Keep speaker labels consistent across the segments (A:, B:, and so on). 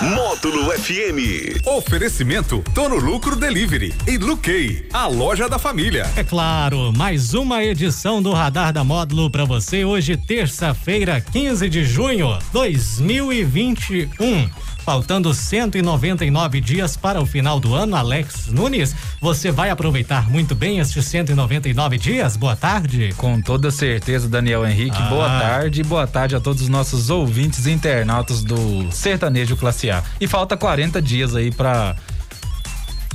A: Módulo FM.
B: Oferecimento Tono Lucro Delivery e Luquei, a loja da família.
C: É claro, mais uma edição do Radar da Módulo pra você hoje, terça-feira, 15 de junho, 2021. Faltando 199 dias para o final do ano, Alex Nunes, você vai aproveitar muito bem estes 199 dias? Boa tarde.
D: Com toda certeza, Daniel Henrique.
C: Ah.
D: Boa tarde. Boa tarde a todos os nossos ouvintes e internautas do Sertanejo Classe A. E falta 40 dias aí pra.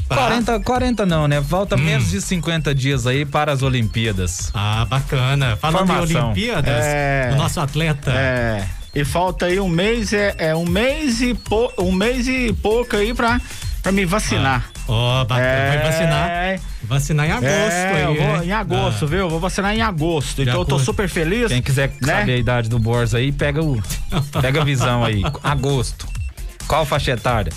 C: Pra- Hum.
D: 40, 40 não, né? Falta menos de 50 dias aí para as Olimpíadas.
C: Ah, bacana. Falando em
E: Formação.
C: Olimpíadas,
E: É.
C: o nosso atleta.
E: É. E falta aí um mês, é, é um mês e pou- um mês e pouco aí pra, pra me vacinar.
C: Ó, bacana.
E: É.
C: Vai Ah, vacinar. Vacinar em agosto aí.
E: é,
C: né? Ah.
E: eu vou
C: hein?
E: em agosto, viu? Eu vou vacinar em agosto. Então eu tô
C: acordo.
E: super feliz.
D: Quem quiser
E: Né?
D: saber a idade do Borges aí, pega, o, pega a visão aí. Agosto. Qual faixa etária?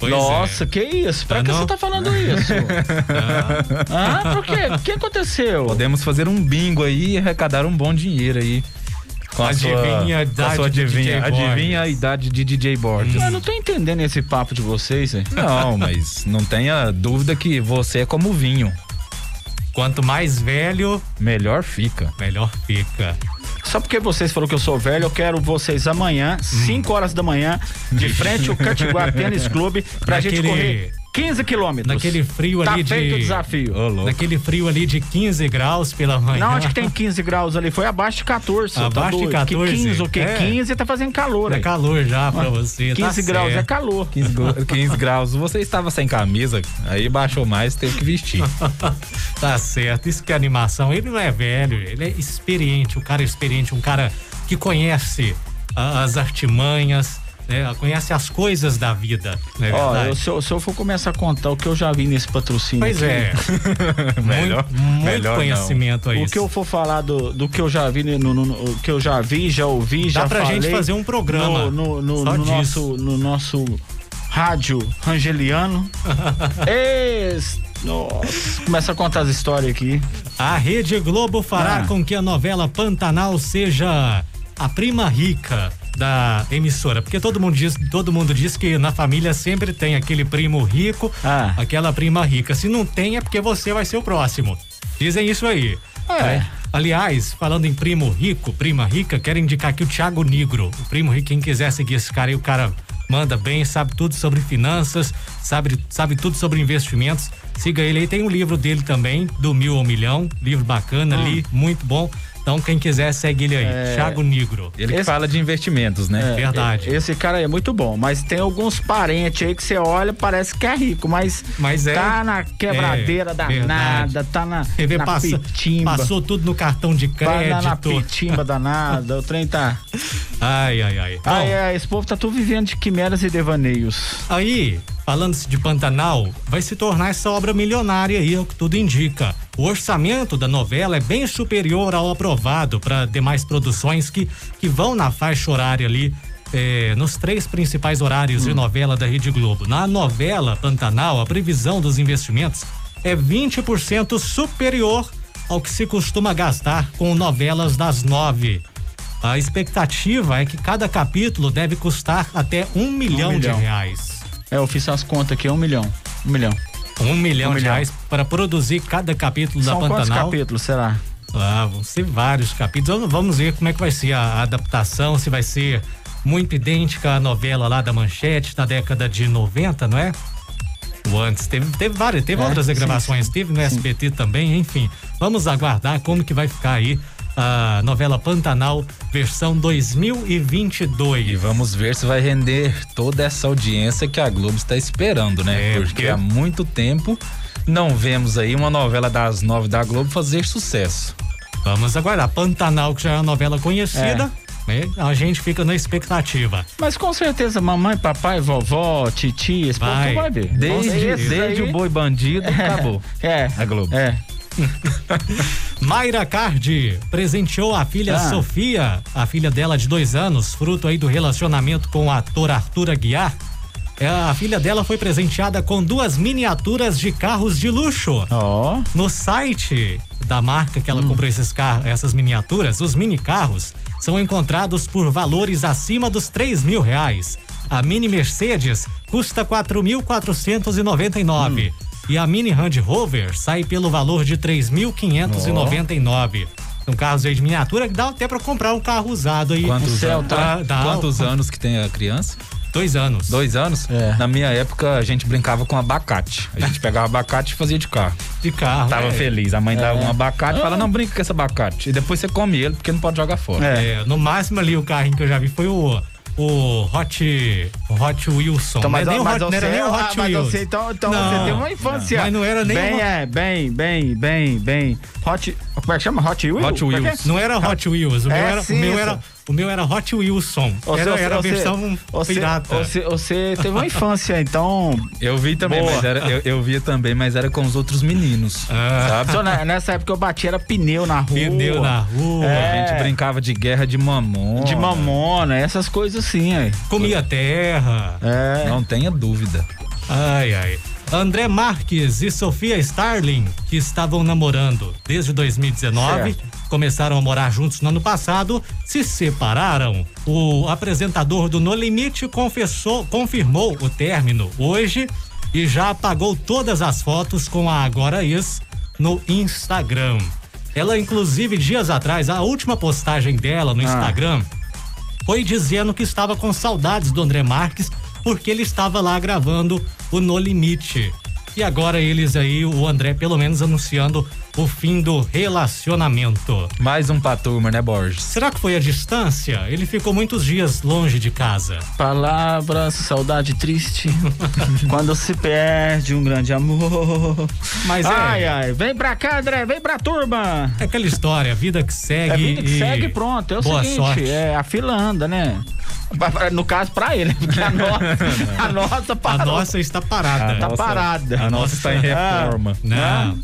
C: Pois é.
E: Nossa, que isso? Pra
C: Tá
E: que
C: não?
E: você tá falando isso? ah, por quê? O que aconteceu?
D: Podemos fazer um bingo aí e arrecadar um bom dinheiro aí. Com a sua-
C: Adivinha a
D: com
C: idade
D: sua
C: do DJ
D: adivinha,
C: Borges.
D: adivinha a idade de DJ Borges.
E: Eu não tô entendendo esse papo de vocês, hein?
D: Não, mas não tenha dúvida que você é como o vinho.
C: Quanto mais velho,
D: Melhor fica.
C: melhor fica.
E: Só porque vocês falaram que eu sou velho, eu quero vocês amanhã,
C: Hum.
E: 5 horas da manhã, de frente ao Catiguá Tênis Clube, pra gente
C: Naquele-
E: correr 15 quilômetros.
C: Naquele frio
E: tá
C: ali
E: feito
C: de.
E: o desafio.
D: Né,
C: Naquele frio ali de 15 graus pela manhã.
E: Não, acho que tem 15 graus ali. Foi abaixo de 14. tá
C: Abaixo de
E: doido? Que
C: 14?
E: 15 o quê?
C: É.
E: 15 tá fazendo calor
C: É
E: aí.
C: calor já pra você.
E: 15
C: tá
E: graus é
C: certo.
E: calor.
D: 15, gro- 15 graus. Você estava sem camisa, aí baixou mais, teve que vestir.
C: Tá certo, isso que é animação. Ele não é velho, ele é experiente, um cara experiente, um cara que conhece a- as artimanhas, né? Conhece as coisas da vida. Não é
E: Ó,
C: verdade?
E: eu- se, eu, se eu for começar a contar o que eu já vi nesse patrocínio
C: Pois
E: aqui,
C: é,
D: melhor,
C: muito, muito
D: melhor
C: conhecimento aí.
E: O que eu for falar do, do que eu já vi, no, no- no- o que eu já vi, já ouvi, já
C: Dá pra
E: falei
C: gente fazer um programa
E: no, no- no-
C: só
E: no
C: disso.
E: nosso no nosso rádio Rangeliano. Ex- Nossa, começa a contar as histórias aqui.
C: A Rede Globo fará
E: Ah.
C: com que a novela Pantanal seja a prima rica da emissora, porque todo mundo diz, todo mundo diz que na família sempre tem aquele primo rico,
E: Ah.
C: aquela prima rica. Se não tem é porque você vai ser o próximo. Dizem isso aí.
E: É.
C: Aliás, falando em primo rico, prima rica, quero indicar aqui o Thiago Nigro. O primo rico, quem quiser seguir esse cara aí, o cara manda bem, sabe tudo sobre finanças, sabe, sabe tudo sobre investimentos. Siga ele aí, tem um livro dele também, do Mil ao Milhão, livro bacana
E: Ah.
C: ali, muito bom. Então, quem quiser, segue ele aí,
E: É.
C: Thiago Nigro.
D: Ele que
E: Esse-
D: fala de investimentos, né?
C: Verdade.
E: Esse cara aí é muito bom, mas tem alguns parentes aí que você olha, parece que é rico, mas,
C: Mas é-
E: tá na quebradeira
C: é,
E: danada,
C: verdade.
E: tá na,
C: Você vê,
E: na
C: passa-
E: pitimba.
C: passou tudo no cartão de
E: tá na, na
C: crédito.
E: pitimba danada, o trem tá.
C: Ai, Então, ai, ai. Bom,
E: Ah, é, esse povo tá tudo vivendo de quimeras e devaneios.
C: Aí, falando-se de Pantanal, vai se tornar essa obra milionária aí, é o que tudo indica. O orçamento da novela é bem superior ao aprovado para demais produções que, que vão na faixa horária ali, eh, nos três principais horários de novela da Rede Globo. Na novela Pantanal, a previsão dos investimentos é 20% superior ao que se costuma gastar com novelas das nove. A expectativa é que cada capítulo deve custar até um milhão,
E: milhão.
C: de reais.
E: É, eu fiz as contas aqui, é um milhão. Um milhão.
C: Um milhão de
E: milhão.
C: reais para produzir cada capítulo
E: São
C: da
E: quantos
C: Pantanal.
E: capítulos, será?
C: Ah, vão ser vários capítulos. Vamos ver como é que vai ser a adaptação, se vai ser muito idêntica à novela lá da Manchete na década de 90, não é? O antes teve, teve várias, teve
E: É,
C: outras
E: sim,
C: gravações, teve no SBT também, enfim. Vamos aguardar como que vai ficar aí a novela Pantanal versão 2022.
D: E vamos ver se vai render toda essa audiência que a Globo está esperando, né?
C: É,
D: porque...
C: porque-
D: há muito tempo não vemos aí uma novela das nove da Globo fazer sucesso.
C: Vamos aguardar. Pantanal, que já é uma novela conhecida,
E: É.
C: né? a gente fica na expectativa.
E: Mas com certeza, mamãe, papai, vovó, titi, esse povo
C: Vai.
E: tudo vai ver. Com
D: Desde,
E: certeza.
D: desde o boi bandido, acabou.
E: É.
D: A Globo.
E: É.
C: Mayra Cardi presenteou a filha
E: Ah.
C: Sofia, a filha dela de dois anos, fruto aí do relacionamento com o ator Arthur Aguiar. eh, a filha dela foi presenteada com duas miniaturas de carros de luxo.
E: Ó.
C: No site da marca que ela
D: Hum.
C: comprou esses carros, essas miniaturas, os mini carros, são encontrados por valores acima dos 3 mil reais. A mini Mercedes custa 4.499
D: Hum.
C: e a mini Land Rover sai pelo valor de 3.599. São carros aí de miniatura que dá até pra comprar um carro usado aí.
D: Quantos,
E: O tá Celta.
D: anos,
C: Dá- dá-
D: quantos anos que tem a criança?
C: Dois anos.
D: Dois anos?
E: É.
D: Na minha época, a gente brincava com abacate. A gente pegava abacate e fazia de carro.
C: de carro.
D: Tava
C: é.
D: feliz. A mãe dava um abacate e fala, não, brinca com esse abacate. E depois você come ele, porque não pode jogar fora.
E: É.
C: É, no máximo ali o carrinho que eu já vi foi o, o Hot, Hot Wilson.
E: Então, mas,
C: Não é nem
E: ó,
C: o
E: mas
C: Hot- não era
E: você-
C: nem o
E: ah,
C: Hot
E: mas
C: Wheels.
E: você, então, então
C: Não.
E: você teve uma infância.
C: Não. Mas não era nem
E: Bem,
C: um-
E: é, bem, bem, bem, bem. Hot. Como é que chama? Hot Wheels?
D: Hot
E: Como é que é?
D: Wheels.
C: Não era Hot Wheels, o meu,
E: É,
C: era,
E: sim,
C: o meu
E: isso.
C: era o meu era Hot Wilson.
E: Você-
C: era
E: você-
C: era a
E: você-
C: versão
E: você-
C: pirata.
E: Você, você teve uma infância, então.
D: Eu vi também,
E: Boa.
D: mas era, eu, eu via também, mas era com os outros meninos.
C: Ah.
D: Sabe?
E: Só na- nessa época eu bati, era pneu na rua.
C: Pneu na rua.
D: A
E: É.
D: gente brincava de guerra de mamon.
E: De mamona, essas coisas sim, aí.
C: Comia terra.
E: É.
D: Não tenha dúvida.
C: Ai, ai. André Marques e Sofia Starling, que estavam namorando desde 2019, começaram a morar juntos no ano passado, se separaram. O apresentador do No Limite confessou, confirmou o término hoje e já apagou todas as fotos com a agora ex no Instagram. Ela, inclusive, dias atrás, a última postagem dela no Instagram foi dizendo que estava com saudades do André Marques porque ele estava lá gravando o No Limite. E agora eles aí, o André pelo menos anunciando o fim do relacionamento.
D: Mais um pra turma, né, Borges?
C: Será que foi a distância? Ele ficou muitos dias longe de casa.
E: Palavras, saudade triste. quando se perde um grande amor.
C: Mas é-
E: ai, ai, vem pra cá, André, vem pra turma.
C: É aquela história, vida que segue.
E: É vida que
C: e-
E: segue, pronto. É o
C: boa
E: seguinte,
C: sorte.
E: é a fila anda, né? Pra- pra- No caso, pra ele, né? porque a nossa, a nossa
C: A
E: parou.
C: nossa está parada.
E: Tá parada.
D: A nossa está em
E: Ah.
D: reforma.
C: Não.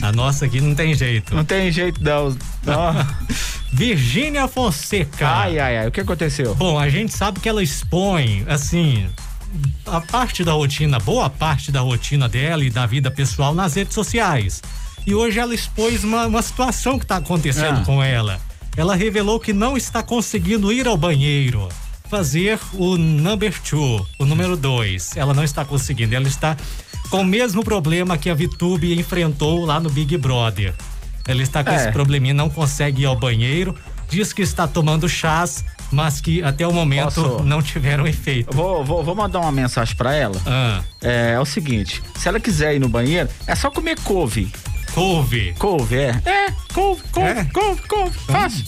C: A nossa aqui não tem jeito.
E: Não tem jeito, não. Ó.
C: Virgínia Fonseca.
E: Ai, ai, ai, o que aconteceu?
C: Bom, a gente sabe que ela expõe, assim, a parte da rotina, boa parte da rotina dela e da vida pessoal nas redes sociais. E hoje ela expôs uma, uma situação que está acontecendo
E: Ah.
C: com ela. Ela revelou que não está conseguindo ir ao banheiro, fazer o number two, o número dois. Ela não está conseguindo, ela está com o mesmo problema que a Vitube enfrentou lá no Big Brother. Ela está com
E: É.
C: esse probleminha, não consegue ir ao banheiro, diz que está tomando chás, mas que até o momento
E: Posso?
C: não tiveram efeito.
E: Eu Vou, vou, vou mandar uma mensagem pra ela.
C: Ah,
E: É, é o seguinte: se ela quiser ir no banheiro, é só comer couve.
C: couve.
E: Couve, é? É, couve, couve,
C: É?
E: couve, couve. Fácil.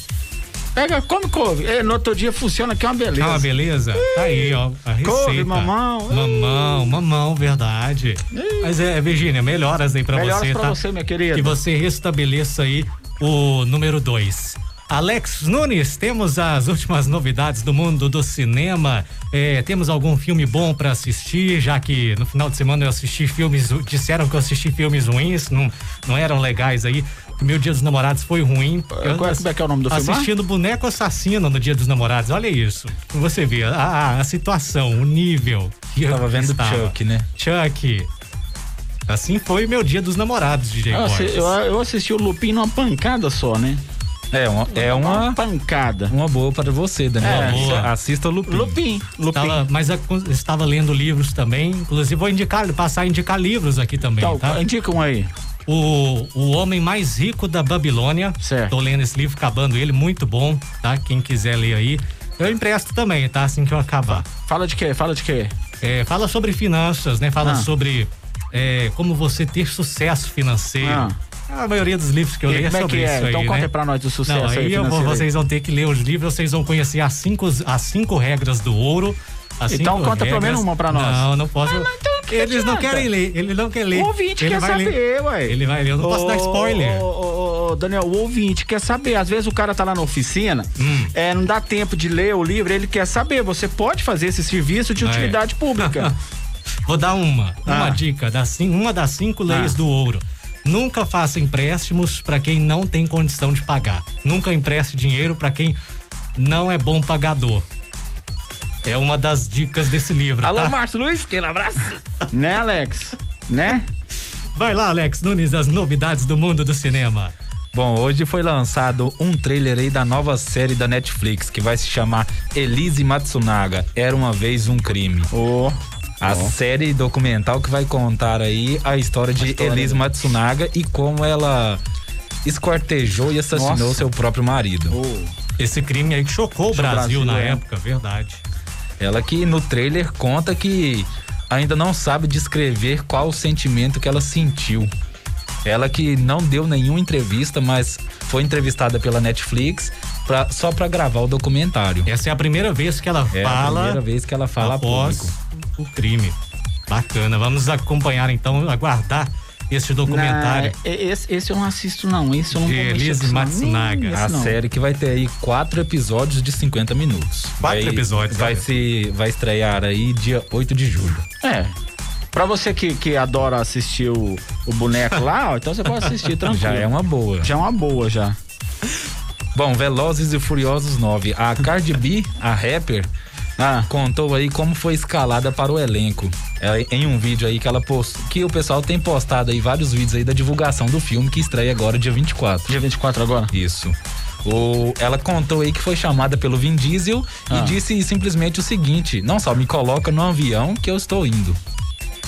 E: Pega, come couve. É, no outro dia funciona que é uma beleza.
C: Tá uma beleza? Tá aí, ó. A receita.
E: couve, mamão. Ih.
C: Mamão, mamão, verdade. Mas é, Virgínia, melhoras aí pra
E: Melhoras
C: você,
E: pra
C: tá?
E: você, minha querida.
C: Que você restabeleça aí o número 2. Alex Nunes, temos as últimas novidades do mundo do cinema. É, temos algum filme bom pra assistir, já que no final de semana eu assisti filmes, ru- disseram que eu assisti filmes ruins, não, não eram legais aí. que Meu Dia dos Namorados foi ruim. Eu
E: qual é- como é que é o nome do filme lá?
C: Assistindo Boneco Assassino no Dia dos Namorados, olha isso. Você vê a, a- a situação, o nível. que eu
D: Tava vendo
C: estava.
D: Chuck, né?
C: Chuck. Assim foi o meu Dia dos Namorados, DJ
E: Eu, assi-
C: Borges.
E: eu, eu assisti o Lupin numa pancada só, né?
D: É uma, é
E: Uma
D: uma,
E: pancada.
D: uma boa para você, Daniel.
C: É,
D: Assista-
C: boa.
D: Assista o Lupin.
E: Lupin, Lupin.
C: Estava, mas a- estava lendo livros também. Inclusive, vou indicar, passar a indicar livros aqui também,
E: Então,
C: tá?
E: indica um aí.
C: O, o Homem Mais Rico da Babilônia.
E: Certo.
C: Tô lendo esse livro, acabando ele, muito bom, tá? Quem quiser ler aí. Eu empresto também, tá? Assim que eu acabar.
E: Fala de quê? Fala de quê?
C: É, fala sobre finanças, né? Fala
E: Ah.
C: sobre é, como você ter sucesso financeiro. A maioria dos livros que eu
E: Ah. E
C: leio é
E: como é
C: sobre
E: que é?
C: isso aí,
E: então
C: né?
E: conta aí pra nós do sucesso
C: Não, aí
E: aí,
C: eu vou-
E: financeiro aí.
C: vocês vão ter que ler os livros, vocês vão conhecer as cinco, as cinco regras do ouro. as
E: Então
C: cinco
E: conta pelo
C: regras.
E: menos uma pra nós.
C: Não, não posso.
E: Ah, mas então que
C: Eles não
E: adianta?
C: querem ler, ele não quer ler.
E: O ouvinte
C: ele
E: quer
C: vai
E: saber,
C: ler.
E: ué.
C: Ele vai ler, eu não posso
E: Ô,
C: dar spoiler.
E: ô, ô, ô, ô, Daniel, o ouvinte quer saber. Às vezes o cara tá lá na oficina,
C: Hum.
E: é, não dá tempo de ler o livro, ele quer saber. Você pode fazer esse serviço de
C: É.
E: utilidade pública.
C: Vou dar uma, uma
E: Ah.
C: dica, das cin- uma das cinco leis
E: Ah.
C: do ouro. Nunca faça empréstimos para quem não tem condição de pagar. Nunca empreste dinheiro para quem não é bom pagador. É uma das dicas desse livro.
E: Alô,
C: tá?
E: Márcio Luiz, aquele abraço. né, Alex? Né?
C: Vai lá, Alex Nunes, as novidades do mundo do cinema.
D: Bom, hoje foi lançado um trailer aí da nova série da Netflix, que vai se chamar Elise Matsunaga, Era Uma Vez Um Crime.
E: Ô.
D: A série documental que vai contar aí a história né? de Elise Matsunaga e como ela esquartejou e assassinou
E: Nossa.
D: seu próprio marido.
C: Esse crime aí que chocou o
E: Chocou o
C: Brasil,
E: Brasil,
C: na
E: é.
C: época, verdade.
D: Ela que no trailer conta que ainda não sabe descrever qual o sentimento que ela sentiu. Ela que não deu nenhuma entrevista, mas foi entrevistada pela Netflix pra, só pra gravar o documentário.
C: Essa é a primeira vez que ela
D: É a
C: fala
D: primeira vez que ela fala a público.
C: após o crime. Bacana, vamos acompanhar então, aguardar este documentário.
E: Na- e- esse, esse eu não assisto, não. Esse eu não
C: De
E: vou mexer
C: Elise
E: com isso, não.
C: Matsunaga.
E: Ih, esse
D: A
E: não.
D: série que vai ter aí quatro episódios de 50 minutos.
C: Quatro
D: Vai-
C: episódios,
D: Vai,
C: olha.
D: se, vai estrear aí dia 8 de julho.
E: É. Pra você que, que adora assistir o, o boneco lá, ó, então você pode assistir tranquilo.
D: Já é uma boa.
E: Já é uma boa, já.
D: Bom, Velozes e Furiosos 9. A Cardi B, a rapper,
E: Ah,
D: contou aí como foi escalada para o elenco. É, em um vídeo aí que ela postou, que o pessoal tem postado aí vários vídeos aí da divulgação do filme que estreia agora dia 24.
E: dia 24 agora?
D: Isso. O, ela contou aí que foi chamada pelo Vin Diesel
E: Ah.
D: e disse simplesmente o seguinte: Não só me coloca no avião que eu estou indo.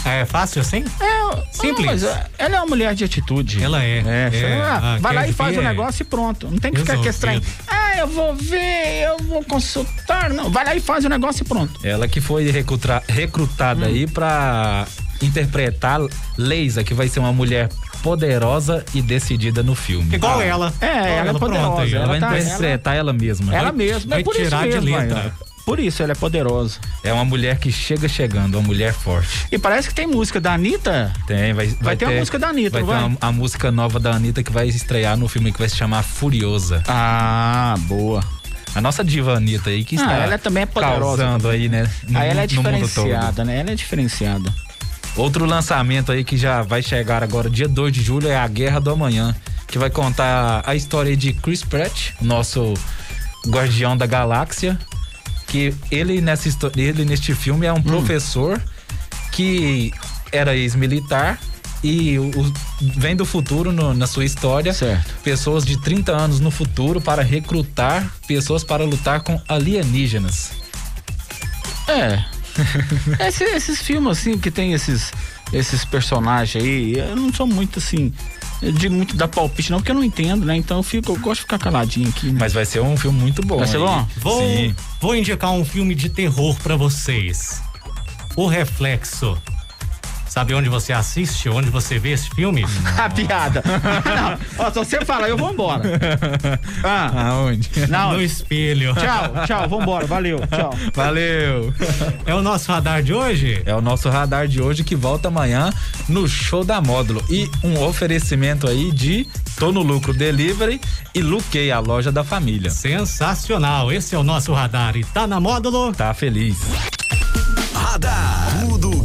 C: É fácil assim?
E: É,
C: Simples.
E: ah, mas é- ela é uma mulher de atitude.
C: Ela é.
E: É,
C: É,
E: sei lá,
C: a
E: vai lá
C: Cardi B
E: e faz o
C: é-
E: negócio e pronto. Não tem que ficar
C: Resolvido.
E: questão. Ah, eu vou ver, eu vou consultar. Não, vai lá e faz o negócio e pronto.
D: Ela que foi recrutra- recrutada
E: Hum.
D: aí pra interpretar Leisa, que vai ser uma mulher poderosa e decidida no filme.
C: Igual
D: Ah,
C: ela.
E: É,
C: Igual
E: ela é
C: pronto
E: poderosa,
C: aí, ó.
D: Ela,
E: ela
D: vai
E: tá-
D: interpretar ela, mesma. né?
E: Ela
D: Vai-
E: mesma.
C: vai
E: é por
C: tirar de
E: isso mesmo,
C: letra.
E: vai, ó. Por isso ela é poderosa.
D: É uma mulher que chega chegando, uma mulher forte.
E: E parece que tem música da Anitta.
D: Tem, vai,
E: ter a música da Anitta,
D: vai?
E: não
D: ter
E: vai?
D: uma- a, música nova da Anitta que vai estrear no filme que vai se chamar Furiosa.
E: Ah, boa.
D: A nossa diva Anitta aí, que
E: Ah,
D: está
E: ela também é poderosa.
D: causando aí, né? No,
E: Aí ela é
D: mu- no mundo todo.
E: diferenciada, né? Ela é diferenciada.
D: Outro lançamento aí que já vai chegar agora, dia 2 de julho, é A Guerra do Amanhã, que vai contar a história de Chris Pratt, o nosso guardião da galáxia, que ele, nessa histó- ele neste filme é
E: Hum.
D: um professor que era ex-militar e o- o- vem do futuro no- na sua história
E: Certo.
D: pessoas de 30 anos no futuro para recrutar pessoas para lutar com alienígenas.
E: É. Esse- esses filmes, assim, que tem esses, esses personagens aí, eu não sou muito, assim, de muito dar palpite, não, porque eu não entendo, né? Então eu, fico, eu gosto de ficar caladinho aqui. né?
D: Mas vai ser um filme muito bom.
E: Vai ser
D: aí.
E: bom?
C: Vou,
D: Sim.
C: vou indicar um filme de terror pra vocês. O Reflexo. Sabe onde você assiste, onde você vê esse filme?
E: Ah, piada. não, ó, se você falar, eu vou embora. Ah,
D: Aonde?
E: não.
C: No espelho.
E: Tchau, tchau, vambora, valeu, tchau.
D: Valeu!
C: É o nosso radar de hoje?
D: É o nosso radar de hoje que volta amanhã no show da módulo. E um oferecimento aí de Tô no Lucro Delivery e Luquei, a loja da família.
C: Sensacional. Esse é o nosso radar e tá na módulo.
D: Tá feliz.
A: Radar. Tudo o